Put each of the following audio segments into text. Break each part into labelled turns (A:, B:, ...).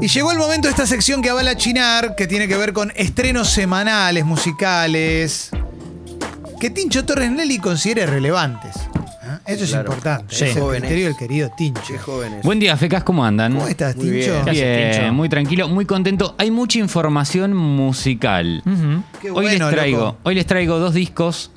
A: Y llegó el momento de esta sección que avala Chinar, que tiene que ver con estrenos semanales, musicales, que Tincho Torres Nelly considere relevantes. ¿Ah? Eso es
B: Claro.
A: importante.
C: Sí.
A: Es el
B: Jóvenes.
A: criterio del querido Tincho.
B: Qué jóvenes.
C: Buen día, Fecas, ¿cómo andan?
A: ¿Cómo estás,
B: Muy
A: Tincho?
B: bien.
A: ¿Qué
C: Bien,
D: haces, Tincho?
C: muy tranquilo, muy contento. Hay mucha información musical.
D: Ujú.
A: Qué
C: hoy,
A: bueno,
C: les traigo,
A: loco.
C: hoy les traigo dos discos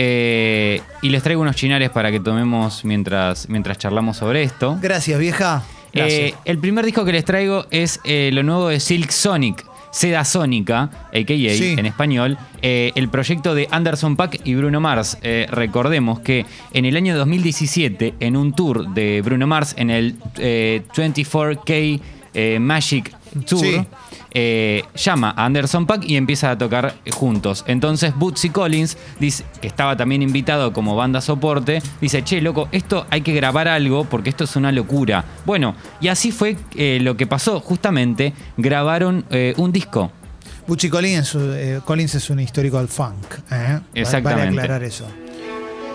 C: eh, y les traigo unos chinares para que tomemos mientras, mientras charlamos sobre esto.
A: Gracias, vieja.
D: Gracias.
C: Eh, el primer disco que les traigo es eh, lo nuevo de Silk Sonic, Seda Sónica, a.k.a.
A: Sí.
C: en español, eh, el proyecto de Anderson Pack y Bruno Mars. Eh, recordemos que en el año 2017, en un tour de Bruno Mars en el eh, 24K eh, Magic Tour,
A: Sí.
C: eh, llama a Anderson Pack y empieza a tocar juntos. Entonces Bootsy Collins, dice, que estaba también invitado como banda soporte, dice, che, loco, esto hay que grabar algo porque esto es una locura. Bueno, y así fue eh, lo que pasó, justamente grabaron eh, un disco.
A: Bucci Collins, es un- eh, Collins es un histórico del funk. ¿eh? Vale-
C: Exactamente.
A: Vale aclarar eso.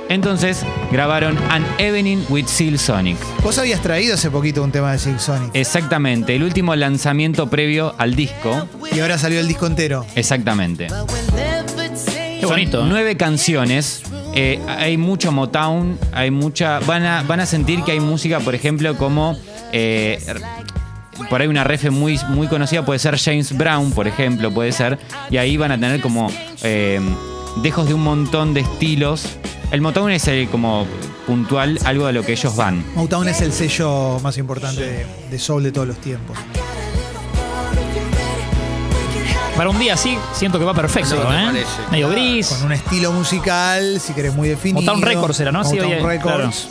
C: Entonces grabaron An Evening with Seal Sonic.
A: Vos habías traído hace poquito un tema de Silk Sonic.
C: Exactamente, el último lanzamiento previo al disco.
A: Y ahora salió el disco entero.
C: Exactamente.
D: Qué bonito.
C: Son
D: ¿eh?
C: nueve canciones. Eh, hay mucho Motown, hay mucha. Van a, van a sentir que hay música, por ejemplo, como. eh, r- por ahí una ref muy, muy conocida puede ser James Brown, por ejemplo, puede ser. Y ahí van a tener como eh, dejos de un montón de estilos. El Motown es el como puntual, algo de lo que ellos van.
A: Motown es el sello más importante de, de soul de todos los tiempos.
D: Para un día así, siento que va perfecto,
B: No, me
D: ¿eh?
B: parece.
D: Medio gris.
A: Con un estilo musical, si querés, muy definido.
D: Motown Records era, ¿no? Sí,
A: Motown
D: oye,
A: Records.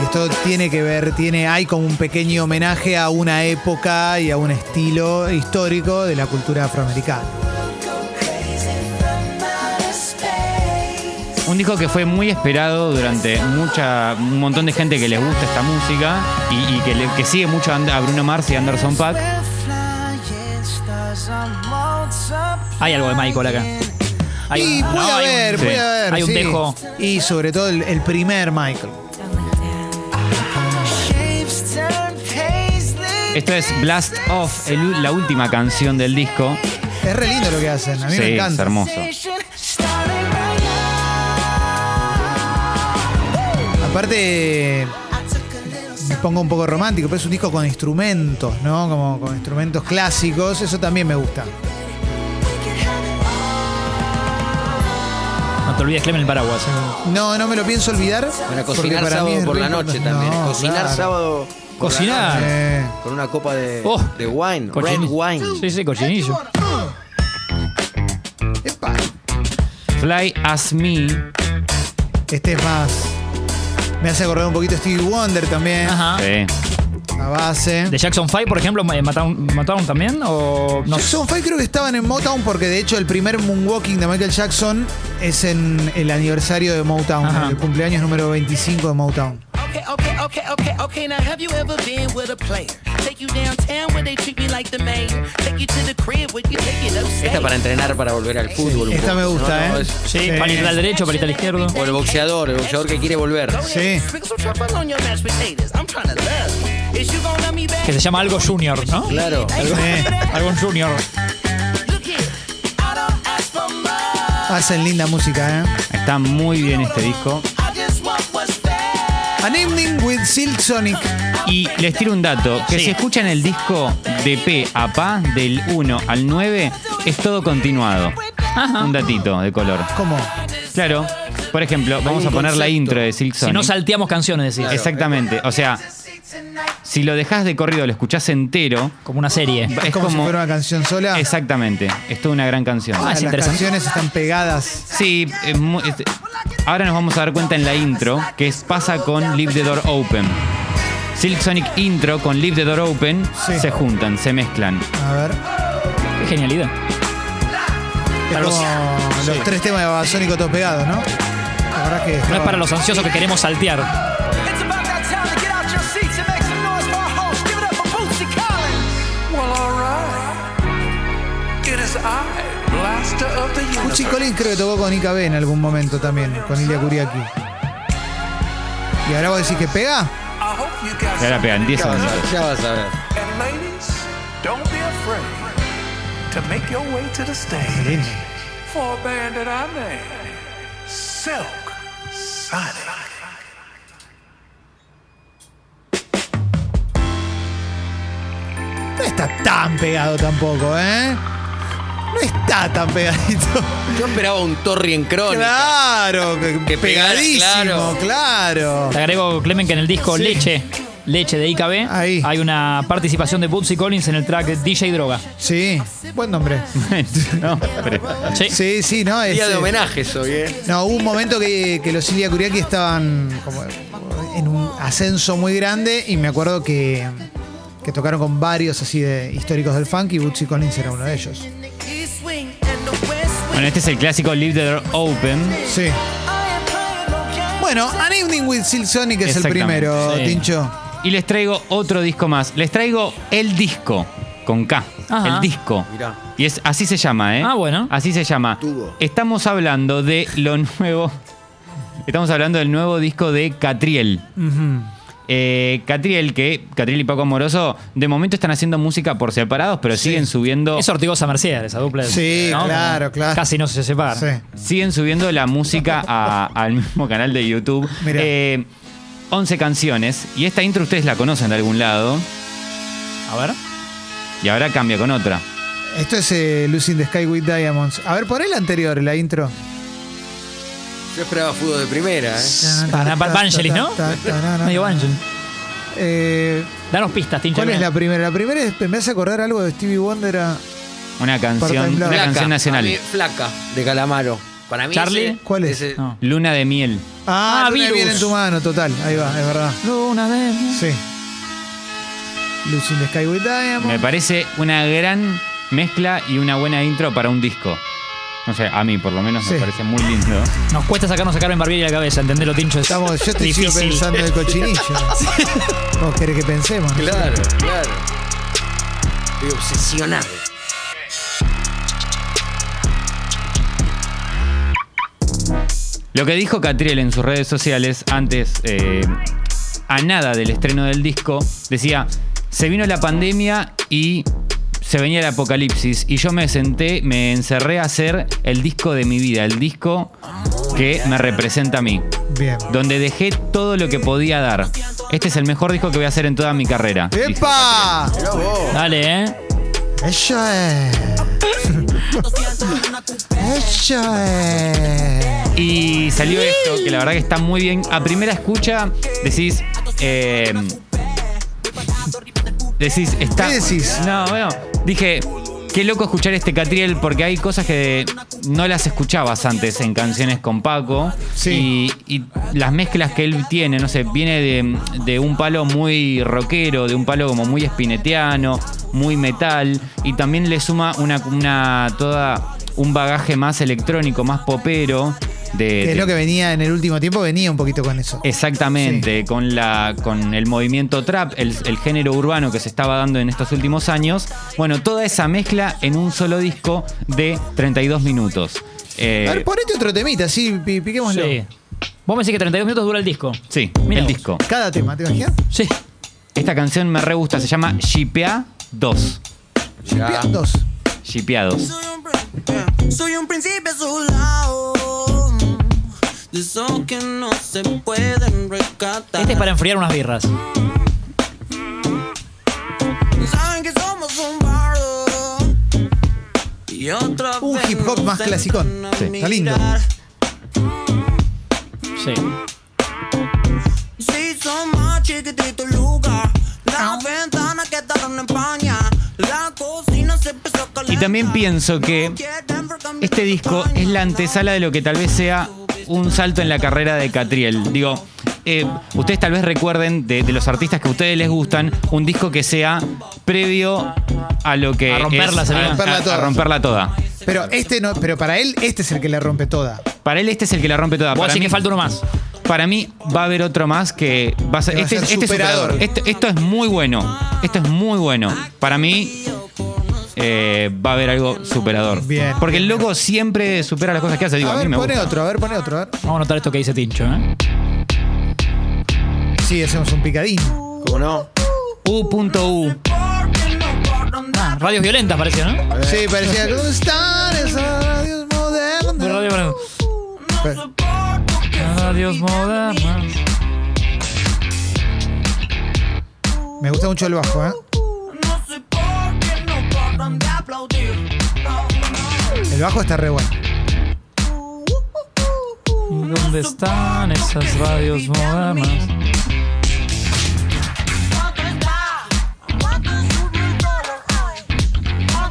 A: Y esto tiene que ver, tiene, hay como un pequeño homenaje a una época y a un estilo histórico de la cultura afroamericana.
C: Un disco que fue muy esperado durante mucha, un montón de gente que les gusta esta música y, y que, le- que sigue mucho a And- a Bruno Mars y a Anderson Paak.
D: Hay algo de Michael acá. Hay-
A: y puede
D: no, hay un-
A: haber,
D: sí.
A: puede haber.
D: Hay un
A: sí.
D: dejo.
A: Y sobre todo el, el primer Michael.
C: Esto es Blast Off, el- la última canción del disco.
A: Es re lindo lo que hacen, a mí
C: Sí,
A: me
C: es
A: encanta.
C: hermoso.
A: Aparte, me pongo un poco romántico, pero es un disco con instrumentos, ¿no? Como con instrumentos clásicos, eso también me gusta.
D: No te olvides, Clemen el paraguas. ¿eh?
A: No, no me lo pienso olvidar. porque
B: Para cocinar
A: para mí
B: sábado
A: es
B: por
A: re
B: la noche
A: importante.
B: también. ¿eh?
A: No,
B: cocinar
A: claro.
B: sábado. por la
D: Cocinar.
B: noche.
A: Eh,
B: Con una copa de,
D: Oh.
B: de wine. Red
D: Cochinillo.
B: wine.
D: Sí, sí, cochinillo.
A: epa,
C: Fly As Me.
A: este es más. Me hace acordar un poquito a Stevie Wonder también.
D: Ajá.
C: Sí.
A: A base.
D: ¿De Jackson 5, por ejemplo, eh, mataron, mataron también? ¿O no?
A: Jackson 5 creo que estaban en Motown porque de hecho el primer moonwalking de Michael Jackson es en el aniversario de Motown,
D: Ajá.
A: el cumpleaños número 25 de Motown.
E: Okay, okay, okay, okay, okay. Now, have you ever been with a player? Take you downtown where they treat me like the mayor. Take you to the crib where you take it upstate.
B: Esta para entrenar para volver al fútbol. un
A: Esta
B: poco.
A: me gusta,
B: No, no,
A: ¿eh?
B: es-
D: Sí,
A: Sí.
D: palita al derecho, palita al izquierdo.
B: o el boxeador, el boxeador que quiere volver.
A: Sí.
E: Sprinkle some truffle on your mashed potatoes. I'm tryna love you. Is you gonna let me back?
D: Que se llama algo junior, ¿no?
B: Claro.
D: Algo, algo junior.
E: Look here. I don't ask for much.
A: Hacen linda música, ¿eh?
C: Está muy bien este disco.
E: I just want what's fair.
A: An Evening with Silk Sonic.
C: Y les tiro un dato, que
D: Sí.
C: si escuchan el disco de P a Pa, del 1 al 9, es todo continuado. Un datito de color.
A: ¿Cómo?
C: Claro, por ejemplo, vamos a poner la
B: concepto.
C: intro de Silk Sonic.
D: Si no salteamos canciones, decís. Es
C: Exactamente, o sea, si lo dejas de corrido, lo escuchás entero,
D: como una serie.
C: es
A: como,
C: como...
A: si fuera una canción sola.
C: Exactamente, es toda una gran canción.
D: Ah, es
A: las
D: interesante.
A: canciones están pegadas.
C: Sí, es mu- es- ahora nos vamos a dar cuenta en la intro que es- pasa con Leave the Door Open. Silk Sonic intro con Leave the Door Open
A: Sí.
C: se juntan, se mezclan.
A: A ver.
D: Qué genialidad.
A: Es
D: Para los-
A: como los, tres temas de Babasónico todos pegados, ¿no? La verdad que
D: No es
A: estaba-
D: para los ansiosos que queremos saltear.
E: It's about that time to get out your seats and make some noise for our host. Give it up for Bootsy Collins.
F: Well, alright. It is I, Blaster of the
A: Pucci
F: Universe.
A: Collins creo que tocó con IKB en algún momento también, con Ilya Kuriaki. Y ahora vos decís que pega.
F: I I hope you got
C: Ya la pegan, 10
B: Ya vas
C: segundos.
B: a ver, ya vas a ver.
F: And ladies, don't be afraid to make your way to the stage
A: Excelente.
F: for a band that I named Silk Sonic.
A: No está tan pegado tampoco, ¿eh? No está tan pegadito.
B: Yo esperaba un Torri en crónica.
A: Claro, que-
B: Que pegara,
A: pegadísimo, claro.
G: Te agrego, Clemen, que en el disco
A: Sí.
G: Leche, Leche de IKB,
A: Ahí.
G: hay una participación de Bootsy Collins en el track DJ Droga.
A: Sí, buen nombre.
C: no, pero-
G: Sí.
A: Sí, sí, no, es,
B: Día de
A: eh,
B: homenajes hoy, ¿eh?
A: No, hubo un momento que, que los Ilia Kuriaki estaban como en un ascenso muy grande y me acuerdo que, que tocaron con varios así de históricos del funk y Bootsy Collins era uno de ellos.
C: Bueno, este es el clásico Leave the Door Open.
A: Sí. Bueno, An Evening with Silk Sonic es el
C: Exactamente,
A: primero,
G: sí.
A: Tincho.
C: Y les traigo otro disco más. Les traigo el disco con K.
G: Ajá.
C: El disco.
B: Mirá.
C: Y es así se llama, ¿eh?
G: Ah, bueno.
C: Así se llama.
B: Tubo.
C: Estamos hablando de lo nuevo. Estamos hablando del nuevo disco de Catriel. Eh, Catriel, que Catriel y Paco Amoroso de momento están haciendo música por separados, pero siguen subiendo
G: Es Ortigosa Mercier, esa dupla.
A: Oh. Sí,
G: ¿no?
A: claro, claro.
G: Casi no se separan.
A: Sí.
C: siguen subiendo la música a- al mismo canal de YouTube.
A: Mirá.
C: Eh, 11 canciones y esta intro ustedes la conocen de algún lado
G: A ver.
C: y ahora cambia con otra.
A: Esto es eh, Lucy in the Sky with Diamonds. A ver, por el anterior, la intro.
B: Yo esperaba fútbol de primera, ¿eh?
D: Ah,
G: Para- para Vangelis, ¿no? Medio Angel.
A: Eh,
G: Danos pistas, Tincho.
A: ¿Cuál es la
G: mira.
A: primera? La primera es, me hace acordar algo de Stevie Wonder. a-
C: Una canción,
A: Part-time
C: una
A: Love.
C: canción nacional.
B: para mí, flaca, de Calamaro. Para mí
G: ¿Charlie?
B: ese-
A: ¿Cuál es?
B: ese-
G: No.
C: Luna de miel.
A: Ah,
G: Ah,
A: Luna de
G: Virus.
A: miel en tu mano, total. Ahí va, es verdad.
G: Luna de-
A: Sí. Lucy in the Sky with
C: Me
A: Diamonds.
C: parece una gran mezcla y una buena intro para un disco. No sé, a mí por lo menos me
A: Sí.
C: parece muy lindo.
G: Nos cuesta sacarnos a Carmen Barbieri de la cabeza, entenderlo, Tincho. Es
A: Estamos, yo estoy sigo
G: difícil.
A: pensando en el cochinillo. ¿Cómo querés que pensemos? no?
B: Claro, claro. Estoy obsesionado.
C: Lo que dijo Catriel en sus redes sociales antes, eh, a nada del estreno del disco, decía, se vino la pandemia y se venía el apocalipsis y yo me senté, me encerré a hacer el disco de mi vida, el disco que me representa a mí.
A: Bien.
C: donde dejé todo lo que podía dar. Este es el mejor disco que voy a hacer en toda mi carrera.
A: ¡Epa!
G: Dale, ¿eh?
A: Eso es. Eso es.
C: Y salió esto, que la verdad que está muy bien. A primera escucha decís... eh, decís, está...
A: ¿Qué decís?
C: No, bueno, dije... Qué loco escuchar este Catriel porque hay cosas que no las escuchabas antes en canciones con Paco.
A: Sí.
C: Y, y las mezclas que él tiene, no sé, viene de, de un palo muy rockero, de un palo como muy espineteano, muy metal. Y también le suma una, una toda un bagaje más electrónico, más popero. De,
A: Que
C: de-
A: es lo que venía en el último tiempo, venía un poquito con eso.
C: Eh, Exactamente, con, la, con el movimiento trap, el, el género urbano que se estaba dando en estos últimos años. Bueno, toda esa mezcla en un solo disco de 32 minutos. Eh,
A: A ver, ponete otro temita, así pi- piquémoslo.
G: Sí. Vos me decís que 32 minutos dura el disco.
C: sí,
G: Mirá
C: el
G: vos.
C: disco.
A: Cada tema, ¿te imaginas?
G: Sí.
C: Esta canción me re gusta, se llama Shippea 2.
B: Ya.
A: Dos.
C: Shipeados.
H: Soy un príncipe, soy un príncipe azulado, de esos que no se pueden rescatar.
G: Este es para enfriar unas birras.
H: Saben que somos un bardo. Y otra
A: Un
H: vez
A: hip hop
H: nos
A: más clasicón.
H: entran a
C: Sí.
A: Está lindo.
H: mirar.
G: Sí.
C: Ah,
H: Sí, son más chiquititos Luca. Las ventanas quedaron en paña. La cocina se empezó a calentar.
C: Y también pienso que este disco es la antesala de lo que tal vez sea un salto en la carrera de Catriel. Digo, eh, ustedes tal vez recuerden de, de los artistas que a ustedes les gustan, un disco que sea previo a lo que.
G: A romperla,
C: es-
G: sería.
C: a,
A: Romperla
C: a- a
A: toda.
C: romperla toda.
A: Pero este no, pero para él, este es el que la rompe toda.
C: Para él, este es el que la rompe toda.
G: Vos
C: Para
G: decís
C: mí,
G: que falta uno más.
C: para mí va a haber otro más que va a ser.
A: Que va a
C: Este,
A: ser
C: este es
A: superador.
C: superador. Este- esto es muy bueno. Esto es muy bueno. Para mí. eh, va a haber algo superador.
A: Bien.
C: Porque el loco siempre supera las cosas que hace. Digo, a,
A: a
C: mí
A: ver,
C: me
A: pone
C: gusta.
A: otro, a ver, pone otro, a ver.
G: Vamos a anotar esto que dice Tincho, ¿eh?
A: sí, hacemos un picadín.
B: ¿Cómo no?
C: U.U.
G: Ah, radios violentas parecía, ¿no?
A: Sí, parecía estar esa radios
G: De radio
A: modernos.
G: para-
A: Pero-
G: Radios modernas.
A: Me gusta mucho el bajo, ¿eh? El bajo está re bueno.
G: ¿Dónde están esas radios modernas?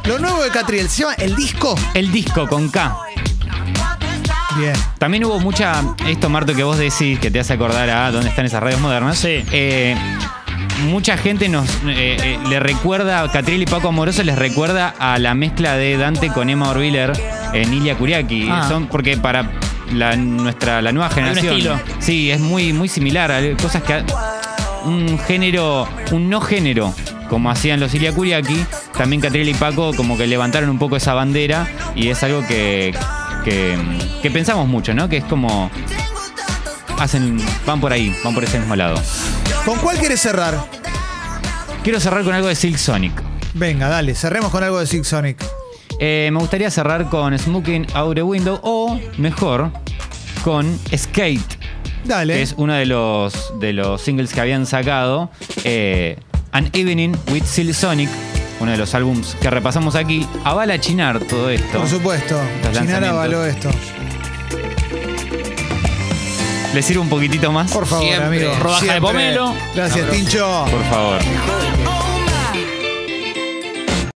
A: Lo nuevo de Catriel, ¿se llama El Disco?
C: El disco con K.
A: Bien.
C: También hubo mucha. Esto, Marto, que vos decís, que te hace acordar a dónde están esas radios modernas.
G: Sí.
C: Eh, mucha gente nos eh, eh, le recuerda, Catril y Paco Amoroso les recuerda a la mezcla de Dante con Emma Orwiller en Ilia Kuriaki.
G: Ah.
C: Son porque para la, nuestra, la nueva
G: un
C: generación.
G: estilo.
C: Sí, es muy, muy similar. a Cosas que. ha- Un género. Un no género. Como hacían los Ilia Kuriaki. También Catril y Paco como que levantaron un poco esa bandera. Y es algo que. que, que pensamos mucho, ¿no? Que es como. Hacen. Van por ahí, van por ese mismo lado.
A: ¿Con cuál quieres cerrar?
C: Quiero cerrar con algo de Silk Sonic.
A: Venga, dale, cerremos con algo de Six Sonic.
C: Eh, me gustaría cerrar con Smoking Out the Window o, mejor, con Skate,
A: Dale.
C: que es uno de los, de los singles que habían sacado. eh, An Evening with Silk Sonic, uno de los álbums que repasamos aquí. Avala chinar todo esto.
A: Por supuesto. Chinar
C: lanzamientos.
A: avaló esto.
C: ¿Le sirve un poquitito más?
A: Por favor,
B: Siempre.
A: amigo.
G: Rodaja de
A: siempre.
G: pomelo.
A: Gracias, Tincho.
C: Por favor.
E: All